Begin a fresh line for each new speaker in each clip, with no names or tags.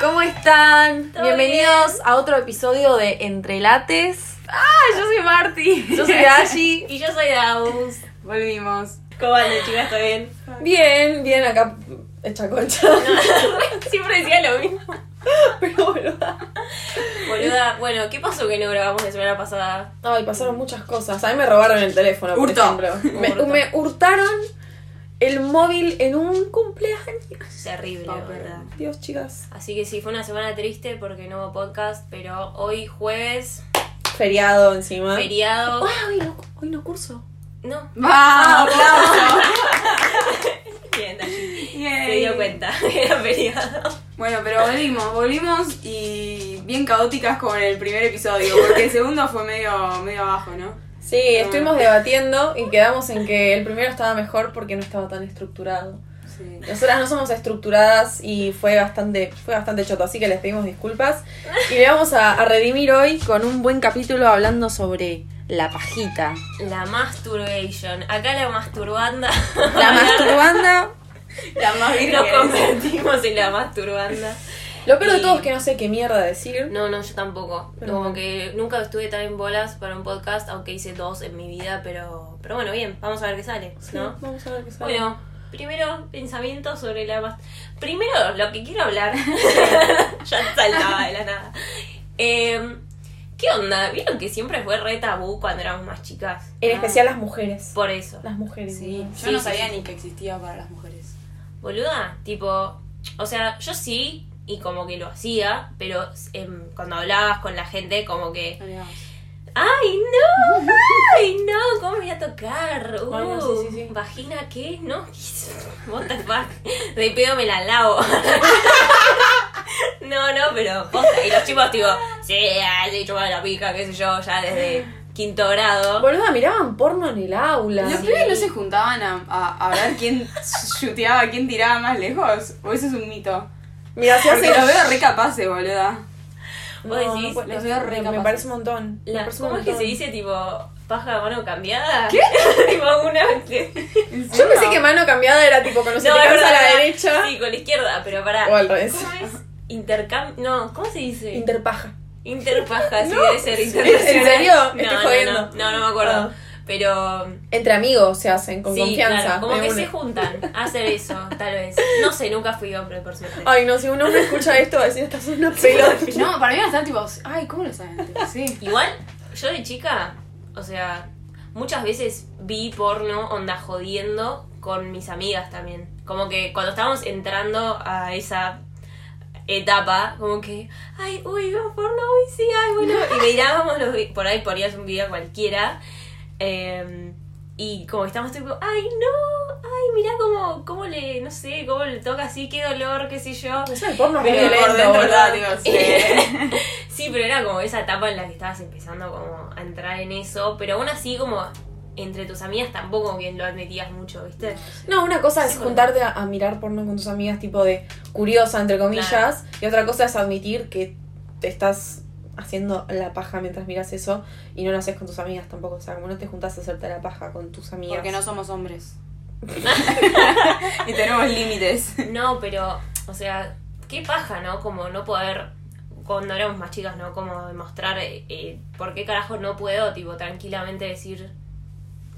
¿Cómo están?
¿Todo
Bienvenidos a otro episodio de Entre Lates.
Ah, yo soy Marti.
Yo soy Ashi.
y yo soy Daus.
Volvimos.
¿Cómo andan, chicas? ¿Todo bien?
Bien, bien acá hecha concha.
Siempre decía lo mismo.
Pero boluda.
Boluda, bueno, ¿qué pasó que no grabamos la semana pasada?
Ay, pasaron muchas cosas. A mí me robaron el teléfono, por
Hurto.
ejemplo. Me,
Hurto.
me hurtaron el móvil en un cumpleaños.
Terrible, ¿verdad?
Dios, chicas.
Así que sí, fue una semana triste porque no hubo podcast, pero hoy jueves,
Feriado encima.
feriado.
Ah, hoy no, hoy no curso.
No,
¡Vamos!
bien, Dashi. Se dio cuenta que era feriado.
Bueno, pero volvimos, volvimos y bien caóticas como en el primer episodio, porque el segundo fue medio, medio abajo, ¿no?
Sí,
Ah.
estuvimos debatiendo y quedamos en que el primero estaba mejor porque no estaba tan estructurado.
Sí.
Nosotras no somos estructuradas y fue bastante, fue bastante choto, así que les pedimos disculpas. Y le vamos a, a redimir hoy con un buen capítulo hablando sobre la pajita.
La masturbation. Acá la masturbanda.
La masturbanda
La más
Nos convertimos en la masturbanda.
Lo peor
Y-
de todo es que no sé qué mierda decir.
No, no, yo tampoco.
Pero
Como
bueno.
que nunca estuve tan en bolas para un podcast, aunque hice dos en mi vida, pero, pero bueno, bien, vamos a ver qué sale, ¿no?
Vamos a ver qué sale.
Bueno, primero pensamientos sobre la mas- Primero lo que quiero hablar. ya saltaba de la nada. Eh, ¿Qué onda? ¿Vieron que siempre fue re tabú cuando éramos más chicas?
en especial las mujeres.
Por eso.
Las mujeres.
Sí,
¿no?
yo
Sí,
no
sí,
sabía
sí.
ni que existía para las mujeres.
Boluda, tipo, o sea, yo sí, y como que lo hacía, pero em, cuando hablabas con la gente, como que... ¡Ay, no! ¡Ay, no! ¿Cómo voy a tocar? Uh,
Bueno, sí, sí, sí.
¿Vagina qué? ¿No? What the fuck? De pedo me la lavo. No, no, pero posta. Y los chicos, tipo, sí, ah, sí, chupame la pica, qué sé yo, ya desde quinto grado.
Boluda, miraban porno en el aula.
¿Los pibes no se juntaban a, a, a ver quién chuteaba, quién tiraba más lejos? ¿O eso es un mito?
Mira, si
Porque
hace.
los veo re capaces, boluda.
Vos
No,
decís,
pues,
los veo re
me- me,
capaces.
parece un montón. me
la-
parece un
¿cómo es que se
montón.
dice, tipo, paja a mano cambiada? ¿Qué? tipo, una...
Yo pensé que mano cambiada era tipo cuando se te
es
cansa a
verdad,
la
es verdad.
derecha
Sí, con la izquierda, pero pará.
o al revés.
¿Cómo es? Intercambio. No, ¿cómo se dice?
Interpaja.
Interpaja, sí, debe ser internacional.
¿En serio?
No,
Me estoy
no,
jodiendo.
No, no, no me acuerdo.
Ah.
Pero.
Entre amigos se hacen, con
sí,
confianza.
claro, como
de
que
una.
se juntan a hacer eso, tal vez. No sé, nunca fui hombre, por suerte.
Ay, no, si un hombre escucha esto, va a decir, estás una pelota.
No, para mí no están tipo, ay, ¿cómo lo saben? Tipo, Sí.
Igual, yo de chica, o sea, muchas veces vi porno onda jodiendo con mis amigas también. Como que cuando estábamos entrando a esa etapa, como que, ay, uy, veo porno, uy, sí, ay, bueno. Y mirábamos los vi- por ahí ponías un video cualquiera. eh, y como que estábamos tipo, ay, no, ay, mirá cómo, cómo le, no sé, cómo le toca así, qué dolor, qué sé yo.
Eso es porno es
Pero
re
por
violento,
dentro
boluda.
estaba tipo, sí.
Sí, pero era como esa etapa en la que estabas empezando como a entrar en eso, pero aún así como entre tus amigas tampoco como que lo admitías mucho, ¿viste?
No, una cosa es
Sí, bueno.
juntarte a, a mirar porno con tus amigas, tipo de curiosa, entre comillas,
Claro.
y otra cosa es admitir que te estás haciendo la paja mientras miras eso y no lo haces con tus amigas tampoco. O sea, como no te juntas a hacerte la paja con tus amigas.
Porque no somos hombres. y tenemos límites.
No, pero, o sea, qué paja, ¿no? Como no poder, cuando éramos más chicas, ¿no? Como demostrar eh, eh, por qué carajo no puedo, tipo, tranquilamente decir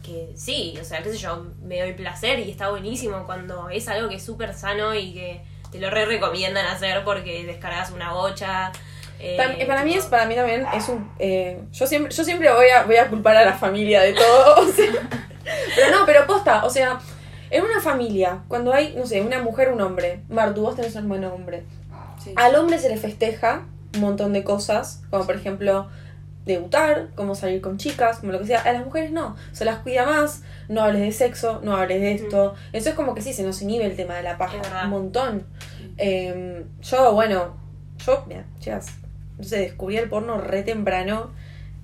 que sí, o sea, qué sé yo, me doy placer y está buenísimo cuando es algo que es súper sano y que te lo re recomiendan hacer porque descargas una bocha. eh,
Tam- eh, para mí
tipo-
es para mí también es un eh, yo siempre yo siempre voy a voy a culpar a la familia de todo o sea, pero no pero posta o sea en una familia cuando hay no sé una mujer un hombre Martu vos tenés un hermano hombre
Sí.
Al hombre se le festeja un montón de cosas, como por ejemplo debutar, como salir con chicas, como lo que sea. A las mujeres no, se las cuida más, no hables de sexo, no hables de esto. Eso es como que sí, se nos inhibe el tema de la
Es
paja
verdad.
un montón. Eh, yo, bueno, yo, mira, chicas, no sé, descubrí el porno re temprano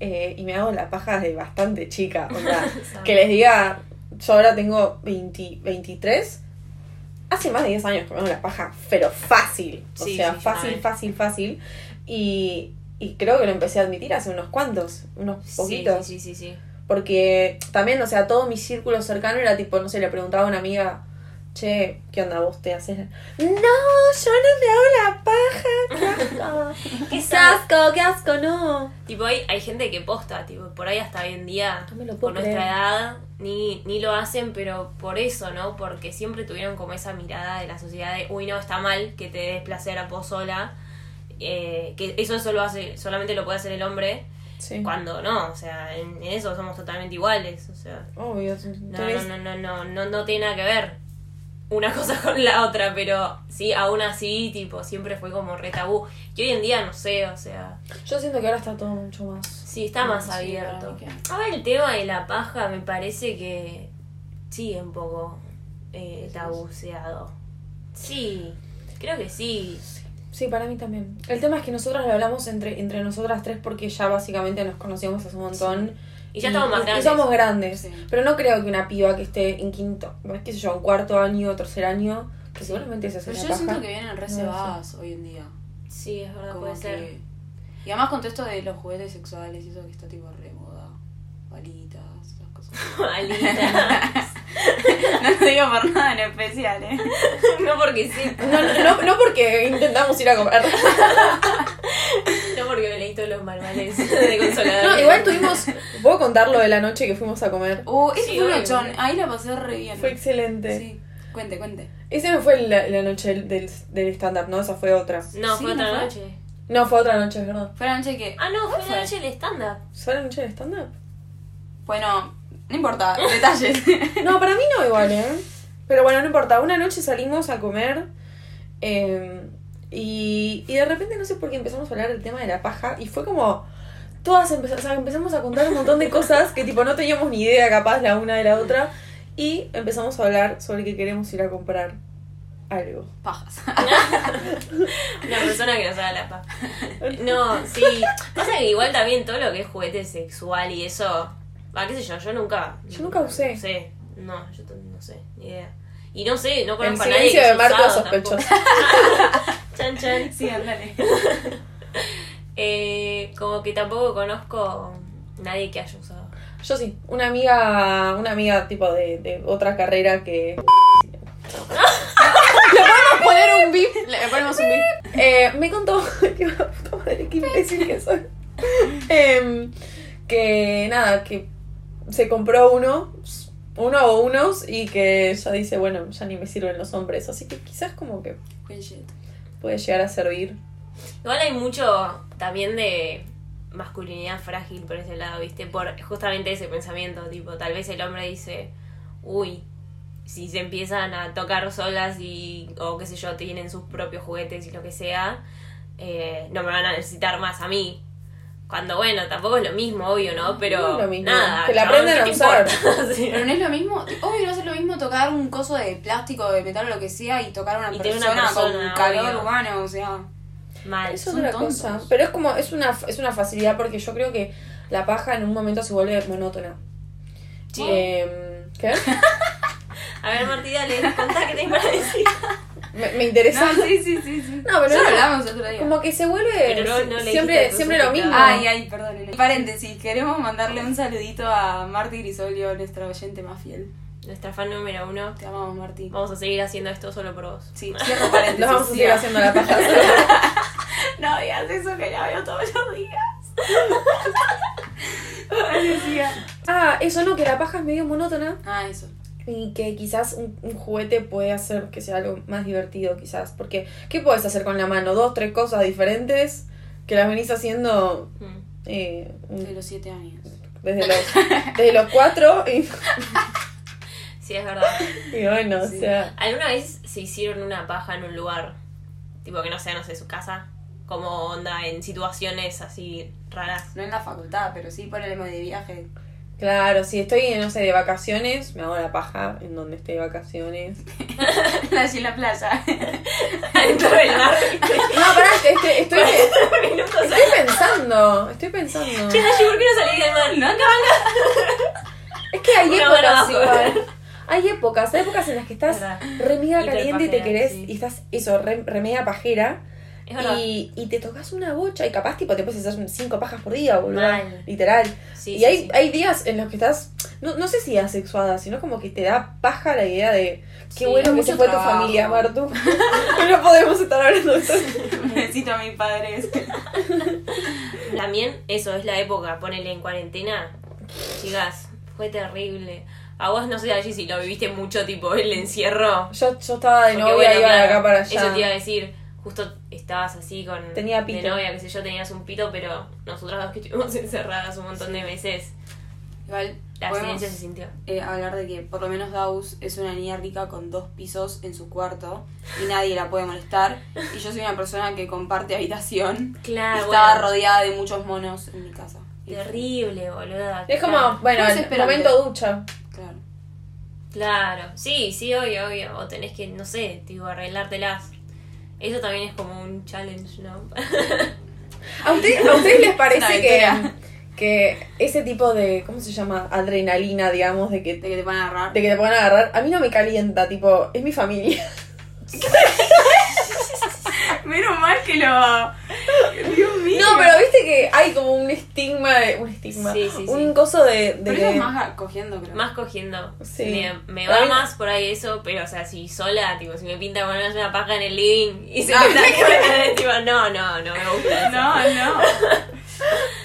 eh, y me hago la paja desde bastante chica. O sea, que les diga, yo ahora tengo 20 23. Hace más de 10 años que me hago la paja, pero fácil. O
Sí,
sea,
sí, yo
fácil,
también.
fácil, fácil. Y, y creo que lo empecé a admitir hace unos cuantos, unos poquitos.
Sí, sí, sí, sí.
Porque también, o sea, todo mi círculo cercano era tipo, no sé, le preguntaba a una amiga, che, ¿qué onda vos te haces? No, yo no me hago la paja.
asco. Qué asco, qué asco, no.
Tipo, hay, hay gente que posta, tipo, por ahí hasta hoy en día,
No me lo puedo
por nuestra
creer.
edad, ni, ni lo hacen, pero por eso, ¿no? Porque siempre tuvieron como esa mirada de la sociedad de, uy, no, está mal que te des placer a vos sola. eh, que eso solo hace, solamente lo puede hacer el hombre,
Sí.
cuando no, o sea, en, en eso somos totalmente iguales, o sea,
Obvio.
no,
tenés-
no, no, no, no, no, no tiene nada que ver una cosa con la otra, pero sí, aún así, tipo, siempre fue como re tabú. Y hoy en día, no sé, o sea,
Yo siento que ahora está todo mucho más.
sí, está más
Sí,
abierto.
para mí
Ahora el tema de la paja me parece que sí, un poco eh, tabuceado. Sí, creo que sí.
Sí, para mí también. El tema es que nosotras lo hablamos entre, entre nosotras tres porque ya básicamente nos conocíamos hace un montón.
Y ya estamos más
y- y
grandes.
somos grandes.
Sí.
Pero no creo que una piba que esté en quinto, ¿no? qué sé yo, en cuarto año, tercer año, que seguramente se hace
Pero
una
yo
paja.
siento que vienen re
No,
cebadas hoy en día.
Sí, es verdad,
Como
puede
que-
ser.
Y además con todo esto de los juguetes sexuales y eso que está tipo re moda. Palitas, esas cosas.
Malita.
no te digo por nada en especial, ¿eh?
no porque sí,
No, no, no, no porque intentamos ir a comprar.
no porque me leí todos los manuales de consolador.
No, igual tuvimos. ¿Puedo contar lo de la noche que fuimos a comer?
Uh, ese
Sí,
fue un
obvio.
ochón. Ahí la pasé re bien.
Fue excelente.
Sí, cuente, cuente.
Esa no fue la, la noche del, del, del stand-up, ¿no? Esa fue otra.
No,
Sí,
fue
¿no
otra
fue?
noche.
No, fue otra noche, es verdad.
Fue la noche que.
Ah, no, fue
fue?
la noche del stand-up.
¿Fue la noche del stand-up?
Bueno, no importa, detalles.
No, para mí no igual, ¿eh? Pero bueno, no importa. Una noche salimos a comer eh, y, y de repente no sé por qué empezamos a hablar del tema de la paja y fue como... Todas empezamos, empezamos a contar un montón de cosas que tipo no teníamos ni idea capaz la una de la otra y empezamos a hablar sobre que queremos ir a comprar algo.
Pajas.
Una persona que nos haga la paja. No, sí. Pasa que igual también todo lo que es juguete sexual y eso. Va, qué sé yo, yo nunca.
Yo nunca usé.
No sé. No, yo t- no sé, ni idea. Y no sé, no
El
conozco a nadie.
silencio
que
de
haya
Marco es
usado tampoco.
sospechoso.
Chan, chan.
Sí, andale.
Eh, como que tampoco conozco nadie que haya usado.
Yo sí, una amiga, una amiga tipo de, de otra carrera que... ¿Le podemos poner un bip?
Le ponemos un beat.
Eh, me contó que la puta madre, qué imbécil que soy. Em, que nada, que se compró uno, uno o unos, y que ya dice, bueno, ya ni me sirven los hombres. Así que quizás como que
Queen shit.
puede llegar a servir.
Igual hay mucho también de masculinidad frágil por ese lado, ¿viste? Por justamente ese pensamiento, tipo, tal vez el hombre dice, uy, si se empiezan a tocar solas y, o qué sé yo, tienen sus propios juguetes y lo que sea, eh, no me van a necesitar más a mí. Cuando, bueno, tampoco es lo mismo, obvio, ¿no? Pero
No es lo mismo.
nada,
Que la
chabón,
aprendan
¿qué
a
te
usar.
importa? Sí.
Pero no es lo mismo, obvio no es lo mismo tocar un coso de plástico, de metal o lo que sea y tocar a una,
Y tener
persona,
una
con
persona,
un calor
obvio.
humano, o sea.
Mal.
Eso es
son
otra
tontos.
cosa. Pero es como, es una, es una facilidad porque yo creo que la paja en un momento se vuelve monótona.
Sí.
Em, ¿Qué?
A ver, Martí, dale, contá qué tenés para decir.
Me, me interesa.
No, sí, sí, sí, sí.
No, pero
Ya
no.
lo hablamos otro día.
Como que se vuelve
Pero no- no le
siempre,
dijiste a tu
siempre lo
sujeto.
mismo.
Ay, ay, perdón. Elena. Paréntesis, queremos mandarle un saludito a Marti Grisolio, nuestra oyente más fiel.
Nuestra fan número uno.
Te amamos, Marti.
Vamos a seguir haciendo esto solo por vos.
Sí, cierro paréntesis.
Nos vamos a seguir
siga.
haciendo la paja.
No digas eso que la veo todos los días. Dale, siga.
Ah, eso no, que la paja es medio monótona
Ah, eso.
y que quizás un, un juguete puede hacer que sea algo más divertido, quizás. Porque, ¿qué puedes hacer con la mano? Dos, tres cosas diferentes que las venís haciendo
Mm.
eh, un-
De los siete años.
desde, los, desde los cuatro y,
Sí, es verdad.
y bueno,
Sí.
o sea.
¿Alguna vez se hicieron una paja en un lugar? Tipo que no sea, no sé, su casa. Como onda en situaciones así raras.
No en la facultad, pero sí por el de viaje.
Claro, si estoy, no sé, de vacaciones, me hago la paja en donde esté de vacaciones.
Allí en la playa.
Dentro del mar.
No, pará, este- este- estoy,
Minutos.
estoy pensando, estoy pensando.
Che, Nashi, ¿por qué no salís del mar? No,
Es que hay
Una
épocas
mano abajo.
igual. Hay épocas, hay épocas en las que estás
Verdad.
re mega
Hiper
caliente y te
pajera,
querés,
sí.
y estás eso, re, re mega pajera,
Es verdad.
y, y te tocas una bocha, y capaz tipo te puedes hacer cinco pajas por día, boludo.
Mal.
Literal.
Sí,
y
sí,
hay,
sí.
hay días en los que estás, no, no sé si asexuada, sino como que te da paja la idea de qué
Sí,
bueno que
mucho
se fue tu
trabajo.
familia, Martu. no podemos estar hablando de eso.
Me Pobrecito a mis padres.
También eso es la época, ponele en cuarentena. Chicas, fue terrible. A vos no sé allí si lo viviste mucho, tipo el encierro.
Yo, yo estaba de
Porque,
novia,
bueno,
iba de
claro,
acá para allá.
Eso te iba a decir. Justo estabas así con.
Tenía
De
pito.
novia, qué sé yo, tenías un pito, pero nosotras dos que estuvimos encerradas un montón de meses.
Igual,
La
podemos
abstinencia se sintió.
eh, hablar de que por lo menos Daus es una niña rica con dos pisos en su cuarto y nadie la puede molestar. Y yo soy una persona que comparte habitación.
Claro,
Estaba rodeada de muchos monos en mi casa. Y-
Ah, Terrible, boluda.
Es como,
Claro.
bueno,
Fue
el
desesperante.
momento ducha.
Claro.
Claro, sí, sí, obvio, obvio. O tenés que, no sé, tipo, arreglártelas. Eso también es como un challenge, ¿no?
¿A, usted- a ustedes les
Una
parece que,
aventura.
que ese tipo de, ¿cómo se llama? Adrenalina, digamos, de que
De que te van a agarrar.
de que te puedan agarrar, a mí no me calienta, tipo, es mi familia.
Menos mal que lo. Dios mío.
No, pero viste que hay como un estigma, de- un estigma,
Sí, sí, sí.
un coso de... de
Pero
que-
eso es más ga- cogiendo, creo.
Más cogiendo.
Sí.
Me, me
A
va
mí-
más por ahí eso, pero o sea, si sola, tipo, si me pinta ponerme una paja en el living y se
Ah,
me está quedando, tipo, no, no, no me gusta. eso.
No, no.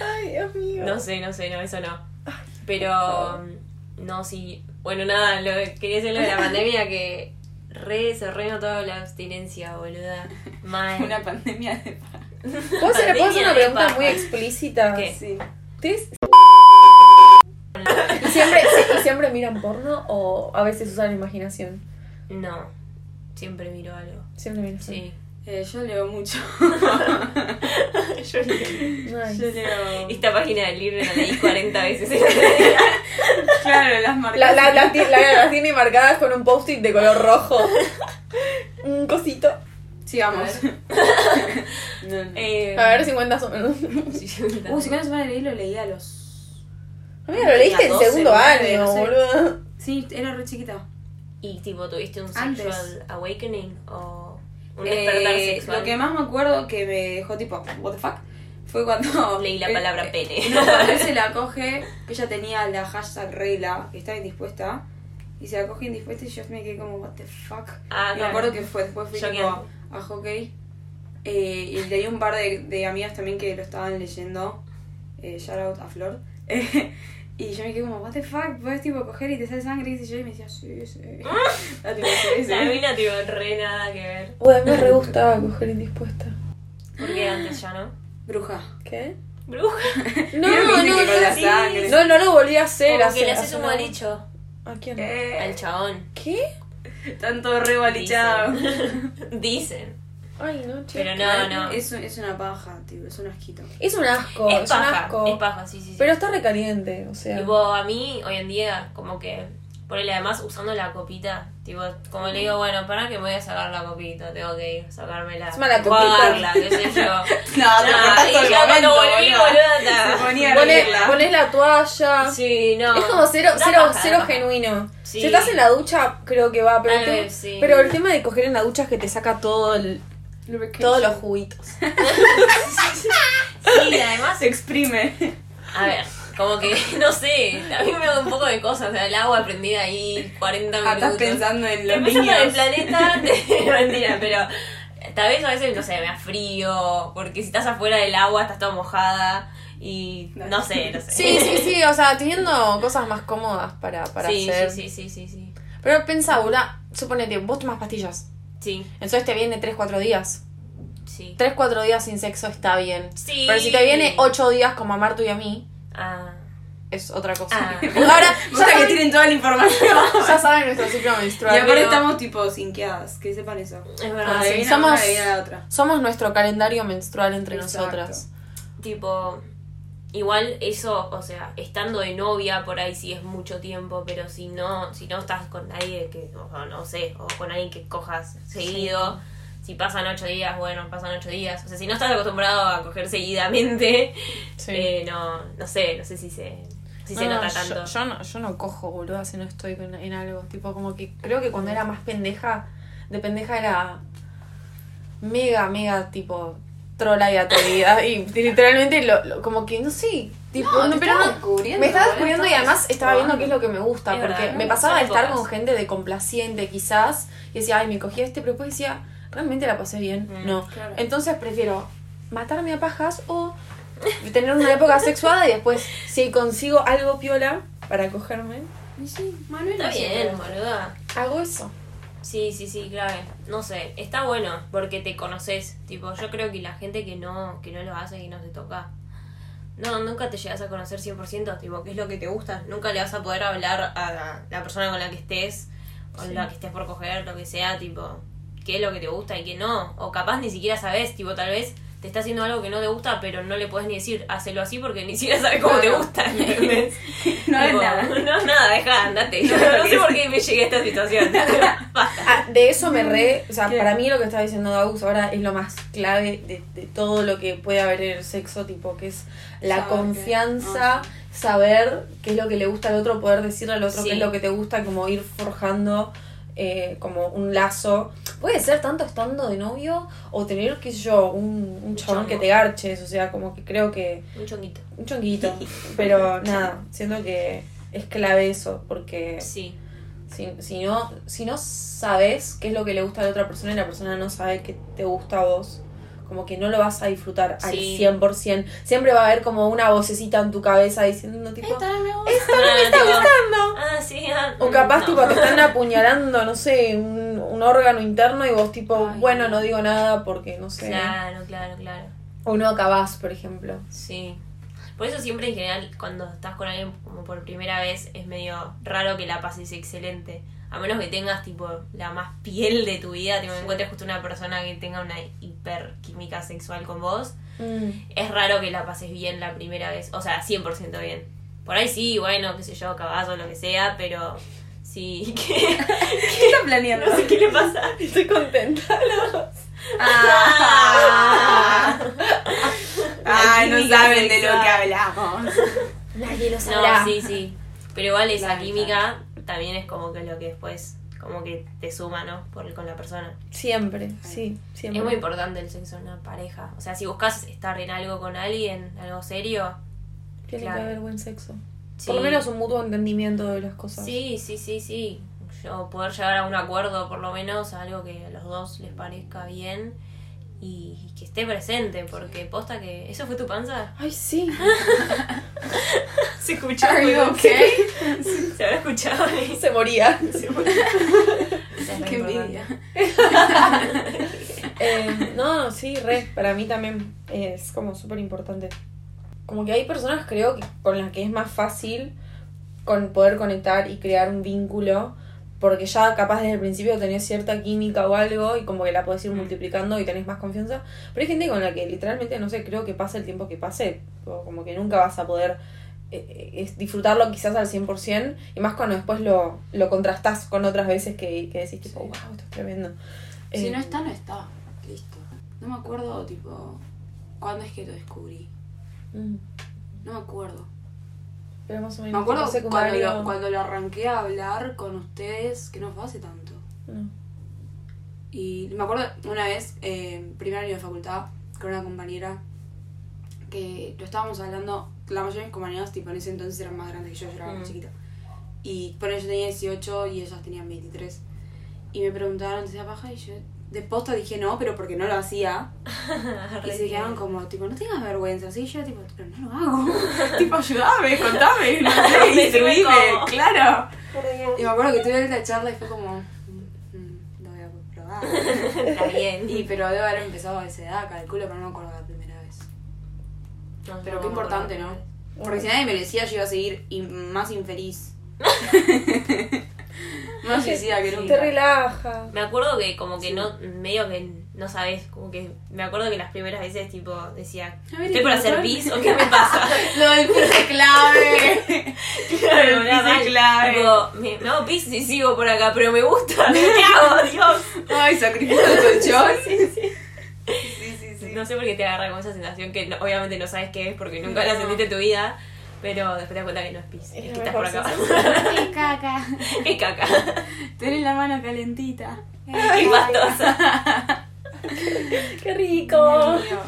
Ay, Dios mío.
No sé, no sé, no, eso no. Pero, mm, no, sí. Bueno, nada, lo, quería decir lo de la pandemia que re se re notó la abstinencia, boluda. Mal.
Una pandemia de paz.
¿Puedo hacer, puedo hacer
Pandemia
una
de
pregunta
paja.
muy explícita?
¿Qué?
Sí.
¿Ustedes y siempre, y siempre miran porno o a veces usan la imaginación?
No, siempre miro algo.
Siempre miran
Sí.
Eh, yo leo mucho.
Yo leo.
Nice.
yo leo.
Esta página del libro la leí 40 veces en el día.
Claro, las marcas.
La- la- las ti- la- las tiene marcadas con un post-it de color rojo. Un cosito.
Sigamos. no, no.
Eh,
A ver, 50 o menos.
sí, sí, está.
Uh, si cuando se van a leer lo leí a los.
Amiga, lo leíste en
12,
segundo
nueve,
año,
no sé.
boludo.
Sí, era re chiquita.
¿Y tipo tuviste un
Antes.
sexual awakening o un
Eh,
despertar sexual?
Lo que más me acuerdo que me dejó tipo, what the fuck, fue cuando.
Leí la
eh,
palabra
eh,
pene.
No, cuando él se la coge, que ella tenía la hashtag regla, que estaba indispuesta, y se la coge indispuesta y yo me quedé como, what the fuck.
Ah,
me
claro.
acuerdo que fue, después fui tipo,
Choqueante.
a hockey, eh, y leí un par de, de amigas también que lo estaban leyendo, eh, shout out a Flor. Y yo me quedé como, what the fuck, puedes tipo coger y te sale sangre, y qué sé yo, y me decía, sí, sí. Ah, tipo, sí, sí.
La mina tipo re nada que ver.
Uy, a mí me re gustaba coger indispuesta.
Porque antes ya no.
Bruja.
¿Qué?
Bruja.
No,
Vieron que
no,
dicen que con la
no.
sangre.
No, no lo volví a hacer.
Como que
hace-
le haces
hace
un
una-
malicho
¿A quién?
al
Eh,
chabón.
¿Qué?
Están todos rebalichados.
Dicen. Dicen.
Ay, no, che.
Pero no, no. Es,
Es, un- es una paja, tío, es un asquito.
Es un asco. Es, un
paja.
Oh, asco.
Es paja, sí, sí. sí.
Pero está recaliente, o sea.
Tipo, a mí hoy en día, como que. Ponele además usando la copita. Tipo, como le digo, bueno, para que me voy a sacar la copita. Tengo que ir a sacármela.
Encima la copita.
Jugarla, qué sé yo.
No,
Nah, y ya cuando volví, boluda.
Se ponía a
Pones,
reírla.
pones la toalla.
Sí, no.
Es como cero,
Da
cero,
paja,
cero
da paja.
genuino.
Sí.
Si estás en la ducha, creo que va, pero,
Tal
el, tema-
vez, sí.
pero el tema de coger en la ducha es que te saca todo el, todos los juguitos.
Sí, y además.
Se exprime.
A ver, como que, no sé. A mí me da un poco de cosas. O sea, el agua prendida ahí 40
Ah,
minutos.
estás pensando en los
Empezando en el
niños.
planeta, mentira, pero tal vez a veces, no sé, me da frío, porque si estás afuera del agua estás toda mojada y no sé, no sé.
Sí, sí, sí, o sea, teniendo cosas más cómodas para, para
sí,
hacer.
sí, sí, sí, sí, sí.
Pero pensá, una, suponete, vos tomás pastillas,
Sí,
entonces te viene 3-4 días.
sí.
3-4 días sin sexo está bien.
Sí.
Pero si te viene 8 días como a Martu y a mí,
Ah.
es otra cosa.
Ah.
Ahora,
Me
ya
gusta que
saben,
tienen toda la información.
ya saben nuestro ciclo
Y
menstrual.
ahora
pero
estamos tipo sinqueadas, que sepan eso.
Es verdad.
Cuando
sí,
viene una,
somos-
viene la otra.
Somos nuestro calendario menstrual entre
Exacto.
nosotras.
Tipo, igual eso, o sea, estando de novia por ahí sí es mucho tiempo, pero si no, si no estás con nadie que, o, o no sé, o con alguien que cojas seguido, si pasan ocho días, bueno, pasan ocho días. O sea, si no estás acostumbrado a coger seguidamente,
Sí.
eh, no, no sé, no sé si se, si se
No,
nota
yo-
tanto.
Yo, no, yo no cojo, boluda, si no estoy con- en algo. Tipo, como que creo que cuando era más pendeja, de pendeja era mega, mega, tipo, trola y atrevida. y literalmente, lo, lo- como que, no sé, tipo, no, pero no-
descubriendo.
me Ah, estaba descubriendo y además estaba viendo qué es lo que me gusta.
Es
porque
verdad,
me
¿no?
pasaba de
Son
estar
pocas.
con gente de complaciente, quizás, y decía, ay, me cogí a este, pero después decía, ¿realmente la pasé bien?
Mm,
no.
claro.
Entonces prefiero matarme a pajas o tener una época sexuada y después, si consigo algo piola para cogerme,
Y sí, Manuel
Está
siempre
bien,
hace.
boluda.
hago eso.
Sí, sí, sí, clave. No sé, está bueno porque te conoces. Tipo, yo creo que la gente que no, que no lo hace y no se toca. No, nunca te llegas a conocer 100%, tipo, qué es lo que te gusta. Nunca le vas a poder hablar a la, la persona con la que estés, o la que estés por coger, lo que sea, tipo, qué es lo que te gusta y qué no. O capaz ni siquiera sabes, tipo, tal vez te está haciendo algo que no te gusta, pero no le puedes ni decir, hacelo así porque ni siquiera sabes cómo te
Claro.
gusta. ¿entendés?
No es
Tipo,
nada.
No es nada, dejá, andate. Yo no sé por qué me llegué a esta situación. Basta.
Ah, de eso me re. O sea,
Claro.
para mí lo que está diciendo Dagus ahora es lo más clave de, de todo lo que puede haber en el sexo, tipo, que es la
Saber que-
confianza, saber qué es lo que le gusta al otro, poder decirle al otro
Sí.
qué es lo que te gusta, como ir forjando eh, como un lazo. Puede ser tanto estando de novio o tener, qué sé yo, un, un chabón
chongo.
que te garches, o sea, como que creo que.
Un chonguito.
Un chonguito. Pero nada, siento que es clave eso, porque.
Sí,
Si, si no, si no sabes qué es lo que le gusta a la otra persona y la persona no sabe qué te gusta a vos, como que no lo vas a disfrutar
Sí.
al 100%. Siempre va a haber como una vocecita en tu cabeza diciendo, tipo,
Esta me gusta.
esto no me
Ah,
está
tipo,
gustando.
Ah, sí, ah,
O capaz,
no.
tipo, te están apuñalando, no sé, un, un órgano interno y vos, tipo,
Ay,
bueno,
no.
no digo nada porque no sé.
Claro, claro, claro.
O no acabás, por ejemplo.
Sí. Por eso siempre en general cuando estás con alguien como por primera vez es medio raro que la pases excelente. A menos que tengas tipo la más piel de tu vida, tipo
Sí.
encuentres justo una persona que tenga una hiperquímica sexual con vos. Es raro que la pases bien la primera vez, o sea, 100% bien. Por ahí sí, bueno, qué sé yo, cabazo, lo que sea, pero sí, que
¿Qué está planeando?
no sé qué le pasa.
Estoy contenta.
Ah. Ay, no
química
saben de lo
sexual.
que hablamos.
Nadie lo
No, sí, sí. Pero igual esa
Claro,
química también es como que lo que después como que te suma, ¿no? Por, con la persona.
Siempre, sí, siempre.
Es muy importante el sexo en una pareja. O sea, si buscas estar en algo con alguien, algo serio,
Tiene
claro.
que haber buen sexo.
sí.
Por lo menos un mutuo entendimiento de las cosas.
Sí, sí, sí, sí. Yo poder llegar a un acuerdo, por lo menos, a algo que a los dos les parezca bien y que esté presente, porque posta que. ¿Eso fue tu panza?
Ay, sí.
Se escuchó.
Are you okay?
Se habrá escuchado.
Se moría.
Qué envidia.
Eh, no, no, sí, re. Para mí también es como súper importante. Como que hay personas, creo, que con las que es más fácil con poder conectar y crear un vínculo. Porque ya capaz desde el principio tenés cierta química o algo y como que la podés ir
Mm.
multiplicando y tenés más confianza. Pero hay gente con la que literalmente, no sé, creo que pasa el tiempo que pase. o Como que nunca vas a poder eh, eh, es disfrutarlo quizás al 100% y más cuando después lo, lo contrastás con otras veces que, que decís tipo,
Sí.
wow, esto es tremendo.
Si
Eh,
no está, no está. Listo. No me acuerdo, tipo, cuándo es que lo descubrí.
mm,
No me acuerdo.
Pero más o
Me
menos.
acuerdo
tipo
cuando
secundario.
lo, cuando lo arranqué a hablar con ustedes, que no fue hace tanto.
No.
Y me acuerdo una vez, eh, primer año de facultad, con una compañera, que lo estábamos hablando, la mayoría de mis compañeros, tipo, en ese entonces eran más grandes que yo, yo era
Mm.
más chiquita. Y por yo tenía 18 y ellas tenían 23. Y me preguntaron, ¿te hacía paja? Y yo, de posta dije no, pero porque no lo hacía.
Ah,
Y se quedaron como, tipo, no tengas vergüenza. Así yo, tipo, pero no lo hago. tipo, ayúdame, contame, no sé,
Decime
instruime,
cómo.
claro. Y me acuerdo que tuve la charla y fue como, "Mm, mm, lo voy a probar.
Está bien.
Y pero debe haber empezado a esa edad, calculo, pero no me acuerdo la primera vez.
No,
Pero
no
qué
me acuerdo.
importante, ¿no? Porque si nadie me lo decía, yo iba a seguir in- más infeliz. más suicida que
Te
nunca.
relaja.
Me acuerdo que como que
Sí.
no, medio que no sabes, como que me acuerdo que las primeras veces tipo decía,
A ver,
estoy por
¿qué
hacer
pasa?
pis o qué me pasa.
Lo del piso es clave.
Claro,
pis es clave.
Tipo, me, me hago pis y sigo por acá, pero me gusta, ¿qué hago? Dios.
Ay, sacrificio del colchón. Sí, sí, sí.
No sé por qué te agarra con esa sensación que no- obviamente no sabes qué es porque nunca la sentiste en tu vida, pero después te das cuenta que no es pis, es,
Es
que
la
estás por acá.
mejor
Qué caca.
es caca,
Tenés la mano calentita.
es pastosa.
¡Qué rico!
Dios mío.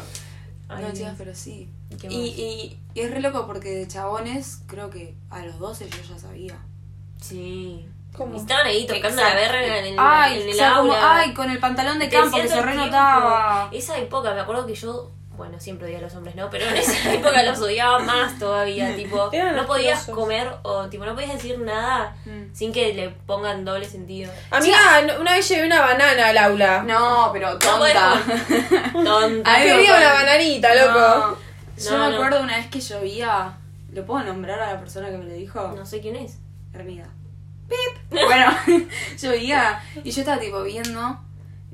Ay,
No, chicas, pero sí.
qué
Y, y, y es re loco porque de chabones, creo que a los 12 yo ya sabía.
mal. Sí.
¿Cómo?
Y estaban ahí tocando
Exacto.
la verga en el,
Ay,
en el
o sea,
aula.
como, ay, con el pantalón de
Te
campo que
decía
se
todo el tiempo.
renotaba.
Esa época, me acuerdo que yo, bueno, siempre odiaba a los hombres, ¿no? Pero en esa época los odiaba más todavía, tipo,
Eran
no podías
asquerosos.
comer o tipo no podías decir nada
Mm.
sin que le pongan doble sentido.
Amiga, no- una vez llevé una banana al aula.
No, pero
podés
tonta.
Tonta.
Ay,
Quería
no,
una
no.
bananita, loco.
Yo
No,
me
no.
acuerdo una vez que llovía. ¿Lo puedo nombrar a la persona que me lo dijo?
No sé quién es.
Hermida. ¡Pip! Bueno, llovía y yo estaba tipo viendo,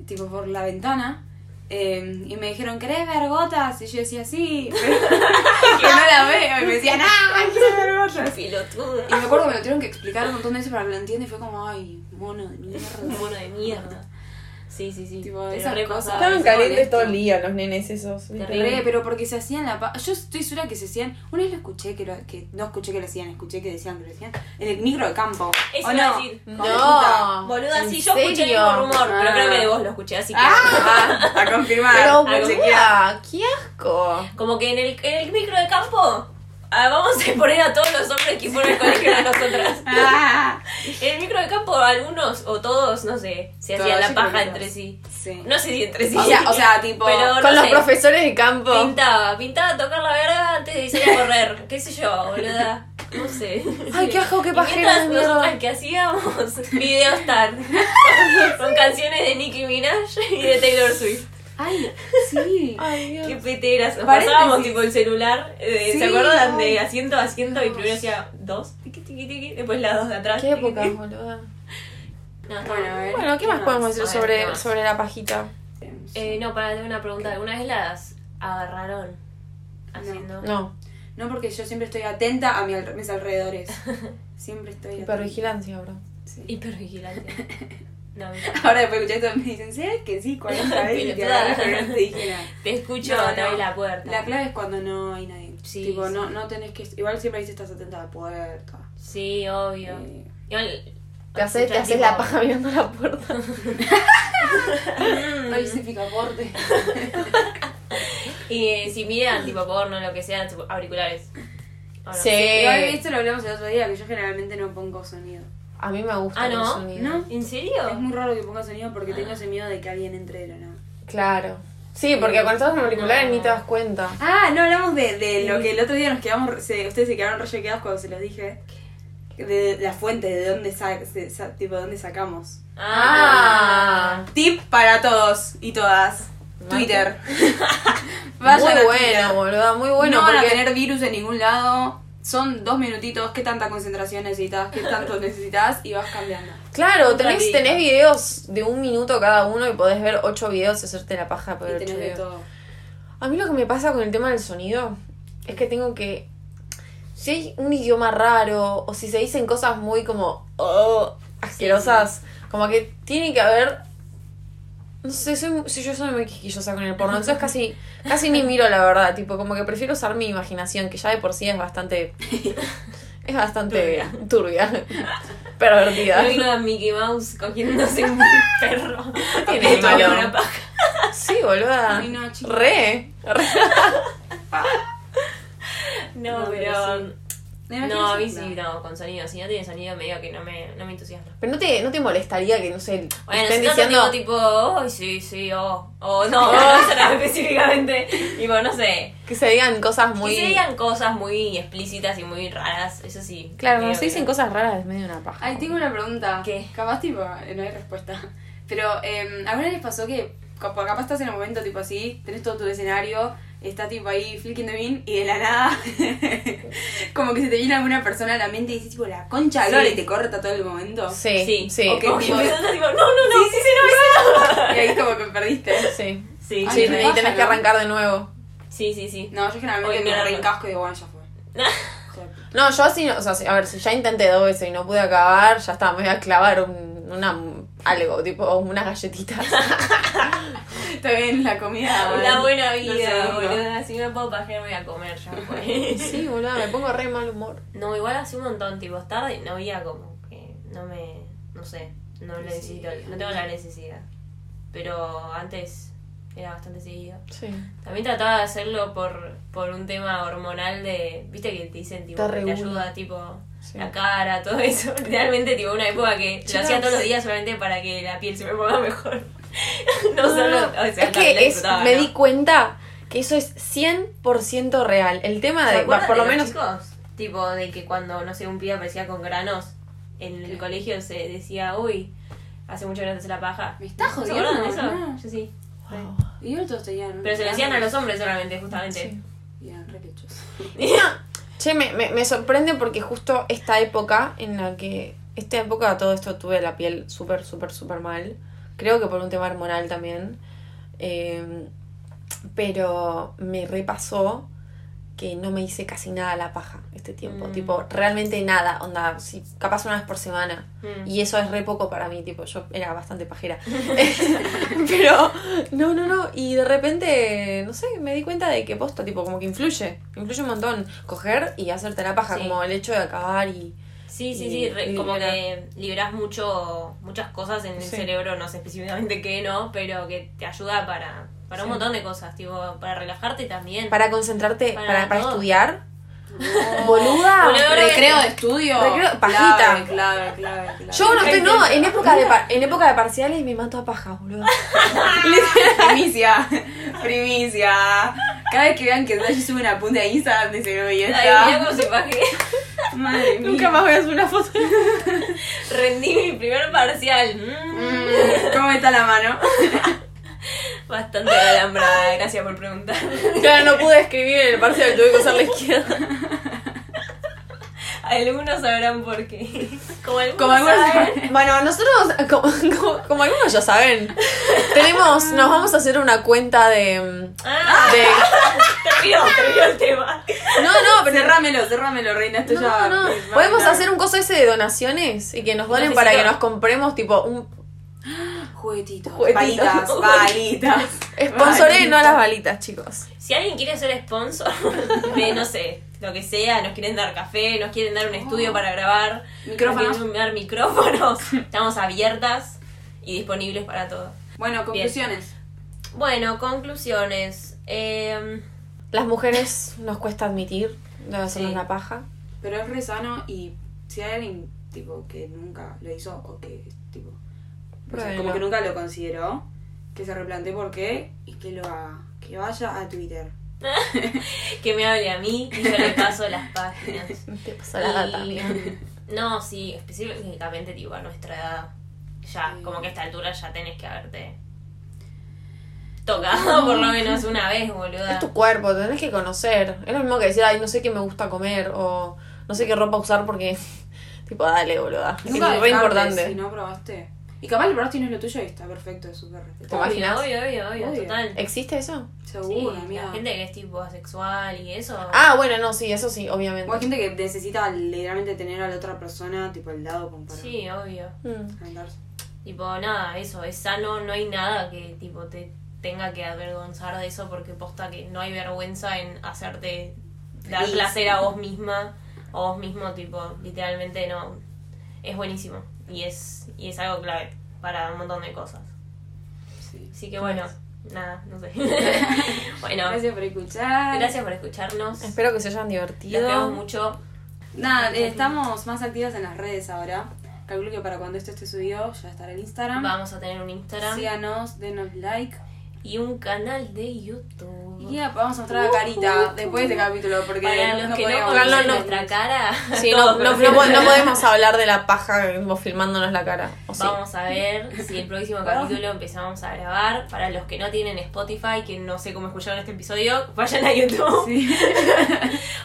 tipo por la ventana, eh, y me dijeron, ¿querés ver gotas? Y yo decía, sí, pero, pero no la veo. Y me decían, ¡ah! quiero ver gotas!
Pilotuda.
Y me acuerdo que me lo tuvieron que explicar un montón de veces para que lo entienda y fue como, ¡ay, mono de mierda!
Mono de mierda. Sí, sí, sí.
Tipo,
Pero
esas
re
cosas.
pasaba.
Ay,
Estaban
qué
calientes
molesto.
todo el día los nenes esos. ¿viste?
Terrible.
Re, pero porque se hacían la pa- Yo estoy segura que se hacían. Una vez lo escuché que, lo- que no escuché que lo hacían, escuché que decían que lo hacían. En el micro de campo.
Eso
¿O
iba a
no?
decir.
Con
No.
puta.
Boluda,
¿En
sí, yo escuché el
serio?
mismo rumor, pero
Ah.
creo que de vos lo escuché, así que.
Ah, a confirmar.
Pero,
a chequear.
boluda, qué asco.
Como que en el, en el micro de campo ah, vamos a poner a todos los hombres que fueron al colegio a nosotras.
Ah,
En el micro de campo algunos o todos, no sé, se
Todos,
hacían
yo
la paja
creo que
entre
todos.
sí.
sí.
No sé si entre sí.
O sea, o sea, tipo,
pero no
Con los
sé,
profesores de campo.
Pintaba, pintaba tocar la verga antes de irse a correr, qué sé yo, boluda. No sé.
Ay, qué asco, qué
Y
pajera de
mientras nosotras
mierda.
que hacíamos videos tarde con canciones de Nicki Minaj y de Taylor Swift.
Ay, sí.
Ay, Dios.
Qué peteras. Nos
Paréntesis.
pasábamos tipo el celular. eh,
Sí,
¿Se acuerdan
ay.
de asiento a asiento? Y
Dios.
primero hacía dos, tiqui, tiqui, tiqui, después las dos de atrás.
Qué
tiqui,
época,
tiqui.
boluda.
No,
Bueno, a ver.
Bueno, ¿qué más podemos decir
A ver, ¿qué
sobre,
más?
sobre la pajita?
Eh, no, para tener una pregunta. ¿Alguna vez las agarraron haciendo?
No,
No, porque yo siempre estoy atenta a mi alre- mis alrededores. Siempre estoy atenta.
hipervigilancia, bro.
Sí.
Hipervigilante. No, mira.
Ahora después de escuchar esto me dicen, ¿sabes que sí? Cuando sabes y te
Pelotuda.
agarras con el indígena.
te escucho,
No,
no,
no.
la puerta.
La clave es cuando no hay nadie.
Sí,
tipo,
sí.
No, no tenés que. Igual siempre dices estás atenta a la puerta.
Sí, obvio.
Eh,
Igual,
Te haces, te
escuchás,
haces
tipo,
la paja mirando la puerta.
Ay, ese picaporte.
Y eh, si miran, tipo porno, lo que sea, tipo, auriculares. ¿O no?
Igual esto lo hablamos el otro día, que yo generalmente no pongo sonido.
A mí me gusta
Ah,
el
¿no?
sonido.
¿No?
¿En serio?
Es muy raro que ponga sonido porque tengo ese miedo de que alguien entre de la nada.
Claro. Sí, porque cuando estás en auriculares
No.
ni te das cuenta.
Ah, no hablamos de, de lo que el otro día nos quedamos, re- se- ustedes se quedaron re quedados cuando se los dije. De la fuente, de dónde, sa- se- sa- tipo, de dónde sacamos.
Ah.
Tip para todos y todas. Twitter. Vayan
muy
a
bueno,
Twitter.
boluda, muy bueno.
no van
porque
a tener virus en ningún lado. Son dos minutitos. ¿Qué tanta concentración necesitas? ¿Qué tanto necesitas? Y vas cambiando.
Claro,
Un
tenés,
ratito.
tenés videos de un minuto cada uno y podés ver ocho videos y hacerte la paja por
Y
ocho
tenés de
videos.
todo.
A mí lo que me pasa con el tema del sonido es que tengo que. Si hay un idioma raro o si se dicen cosas muy como. "Oh", asquerosas, como que tiene que haber. No sé, soy, soy- yo soy muy quisquillosa con el porno, entonces casi, casi ni miro la verdad, tipo, como que prefiero usar mi imaginación, que ya de por sí es bastante. Es bastante turbia, pervertida.
Yo vino a Mickey Mouse cogiéndose un perro.
tiene de malo.
Una paja.
Sí, boluda.
Ay, no, chicos.
Re. re.
Ah. No,
No, pero
pero. mm,
sí. ¿Me
No,
imaginas?
a mí sí, no, con sonido. Si no tiene sonido, medio que no me, no me entusiasma.
Pero no te, no te molestaría que, no sé,
Bueno,
estén
si no
diciendo.
tengo tipo, ay, sí, sí, oh, oh, no, no, eso no específicamente. Tipo, no sé.
Que se digan cosas muy.
Que se digan cosas muy explícitas y muy raras, eso sí.
Claro,
medio
cuando se
que
dicen
no.
cosas raras es medio una paja.
Ay, tengo una pregunta.
¿Qué?
Capaz, tipo, eh, no hay respuesta. Pero, eh, ¿alguna vez les pasó que capaz, capaz estás en un momento, tipo, así, tenés todo tu escenario, está, tipo, ahí flicking the bean, y de la nada, como que se te viene alguna persona a la mente y dices, tipo, la concha de
Sí.
Lore y te corta todo el momento?
Sí, sí.
Sí.
Sí.
Ok.
Como que
tipo-
empezás a tipo, no, no, no, sí, sí,
Y ahí como que perdiste.
Sí,
sí, no,
Ay,
sí.
me
ahí
pasa,
tenés que
¿no?
arrancar de nuevo.
Sí, sí, sí.
No, yo generalmente
Oye,
me
mira,
reencasco y digo, bueno, ya fue. O sea,
No, yo así, no- o sea, si- a ver, si ya intenté dos veces y no pude acabar, ya está, me voy a clavar un- una algo, tipo unas galletitas.
Está bien la
Ah,
comida.
La buena
no
vida,
sé, no.
boluda. Si me puedo pajear, voy a comer ya. Pues.
sí, boludo, me pongo re mal humor.
No, igual hace un montón, tipo, tarde no había como que no me, no sé, no lo necesito, no tengo la necesidad. Pero antes era bastante seguido.
Sí.
También trataba de hacerlo por, por un tema hormonal de, viste que te dicen, tipo,
Te
que te
regula.
ayuda, tipo,
Sí.
la cara, todo eso. Realmente, tipo, una época que lo
Chicas.
hacía todos los días solamente para que la piel se me ponga mejor. no solo, o sea,
es
también la
que es,
disfrutaba,
me
¿no?
di cuenta que eso es 100% real. El tema
¿Se
de,
acuerdan
bah, por
de
lo
los
menos,
chicos? Tipo, de que cuando, no sé, un pibe aparecía con granos en el colegio se decía, uy, hace mucho que no te hace la paja.
Me está
¿Se
jodiendo,
acuerdan de eso?
no.
Yo sí.
Wow.
Y yo todos tenían.
Pero se lo hacían a los hombres solamente, justamente.
Y eran re pechos.
Che, me, me, me sorprende porque justo esta época en la que. Esta época todo esto tuve la piel súper, súper, súper mal. Creo que por un tema hormonal también. Eh, pero me repasó que no me hice casi nada la paja este tiempo.
Mm.
Tipo, realmente nada. Onda, sí, capaz una vez por semana.
Mm.
Y eso es re poco para mí, tipo, yo era bastante pajera. Pero, no, no, no. Y de repente, no sé, me di cuenta de que posta, tipo, como que influye. Influye un montón. Coger y hacerte la paja,
Sí.
como el hecho de acabar y.
Sí, sí,
Y-
sí, re-
y
como
libera-
que liberás mucho, muchas cosas en el
Sí.
cerebro, no sé específicamente qué, ¿no? Pero que te ayuda para, para un
Sí.
montón de cosas, tipo, para relajarte también.
Para concentrarte,
Para
para, para,
todo. Ah,
estudiar. Boluda.
Boluda.
Recreo de estudio.
Recreo- pajita.
Clave, clave, clave. clave.
Yo no estoy, no, en época, de, pa- en época de parciales me mato a paja, boludo.
Primicia. Primicia. Cada vez que vean que Dashi sube una punta a Instagram, dice, y
Ay, mirá
esta.
cómo se paje.
Madre mía.
Nunca más voy a subir una foto.
Rendí mi primer parcial. Mm,
Mm, ¿Cómo está la mano?
Bastante alambrada, gracias por preguntar.
Claro, no pude escribir en el parcial, tuve que usar la izquierda.
Algunos sabrán por qué. Como algunos,
Como algunos
saben.
Bueno, nosotros, como, como- como algunos ya saben, tenemos, nos vamos a hacer una cuenta de...
Ah,
de
terminó, terminó el tema.
No, no, pero.
Cerrámelo, cerrámelo, reina. Esto ya.
No, no. Podemos hacer un coso ese de donaciones y que nos donen para que
Necesito-
nos compremos, tipo, un.
Juguetitos.
Juguetitos.
Palitas, palitas.
Sponsoré no a las balitas, chicos.
Si alguien quiere ser sponsor de, no sé, lo que sea, nos quieren dar café, nos quieren dar un estudio para grabar,
Micrófonos.
nos quieren dar micrófonos, estamos abiertas y disponibles para todo.
Bueno,
Bien.
conclusiones.
Bueno, conclusiones. Eh,
Las mujeres nos cuesta admitir de hacernos
Sí.
la paja.
Pero es re sano y si hay alguien tipo que nunca lo hizo o que tipo o sea,
Pruébelo.
como que nunca lo consideró, que se replantee por qué y que lo haga. Que vaya a Twitter.
que me hable a mí y yo le paso las páginas.
Te pasó la data,
Y- mm,
amiga.
No, sí, específicamente tipo a nuestra edad. Ya,
Sí.
como que a esta altura ya tenés que haberte tocado por lo menos una vez, boluda.
Es tu cuerpo, te tenés que conocer. Es lo mismo que decir, ay, no sé qué me gusta comer o no sé qué ropa usar porque. Tipo, dale, boluda.
Nunca
es re
descartes
importante.
Si no probaste. Y capaz el probaste y no es lo tuyo y está perfecto, es súper
¿Te
respetable.
Obvio,
imaginas?
Obvio, obvio, obvio,
Obvio.
total.
¿Existe eso?
Sí,
Seguro, amiga.
la gente que es tipo asexual y eso.
Ah, bueno, no, sí, eso sí,
O hay
obviamente.
gente que necesita literalmente tener a la otra persona tipo al lado como para
sí, obvio.
Mm.
calentarse.
Tipo, nada, eso, es sano, no hay nada que tipo te tenga que avergonzar de eso porque posta que no hay vergüenza en hacerte dar
Feliz.
placer a vos misma o vos mismo, tipo, literalmente no. Es buenísimo y es, y es algo clave para un montón de cosas.
Sí.
Así que bueno, nada, no sé. bueno, gracias.
Gracias por escuchar.
por escucharnos. Los
Espero que se hayan divertido.
queremos mucho.
Nada, eh, estamos más activas en las redes ahora. Calculo que para cuando esto esté subido ya estará el Instagram.
Vamos a tener un Instagram.
Síganos, denos like.
y un canal de YouTube.
Y ya, vamos a mostrar la carita después de este capítulo porque
Para los que no
podíamos-
conocen
no, no.
nuestra cara,
Sí, no,
todos
no, no,
conocen
po- no
nuestra cara.
podemos hablar de la paja como filmándonos la cara. O sí. Ah.
Vamos a ver si el próximo capítulo empezamos a grabar. Para los que no tienen Spotify, que no sé cómo escucharon este episodio, vayan a YouTube.
Sí.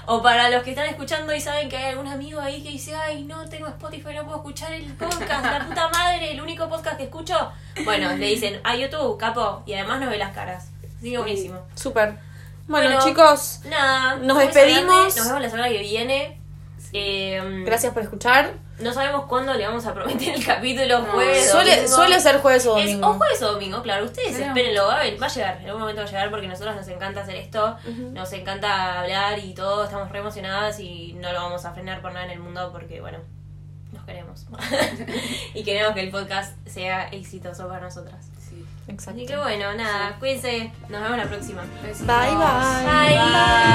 O para los que están escuchando y saben que hay algún amigo ahí que dice, ay, no tengo Spotify, no puedo escuchar el podcast, la puta madre, el único podcast que escucho. Bueno, le dicen a YouTube, capo, y además nos ve las caras. Así que buenísimo.
Súper. Bueno,
Bueno.
chicos,
Nada,
Nos
vamos
despedimos.
adelante, Nos vemos la semana que viene. Eh,
gracias por escuchar.
No sabemos cuándo le vamos a prometer el capítulo.
No,
jueves,
Suele,
domingo.
suele ser jueves o
Es
domingo.
o jueves o domingo, claro. Ustedes
Creo.
espérenlo, va a, ven- va a llegar. En algún momento va a llegar porque a nosotros nos encanta hacer esto. Nos encanta hablar y todo. Estamos re emocionadas y no lo vamos a frenar por nada en el mundo porque, bueno, nos queremos. y queremos que el podcast sea exitoso para nosotras.
Sí. Exacto.
Así que bueno, nada, cuídense. Nos vemos la próxima.
Bye, bye.
Bye.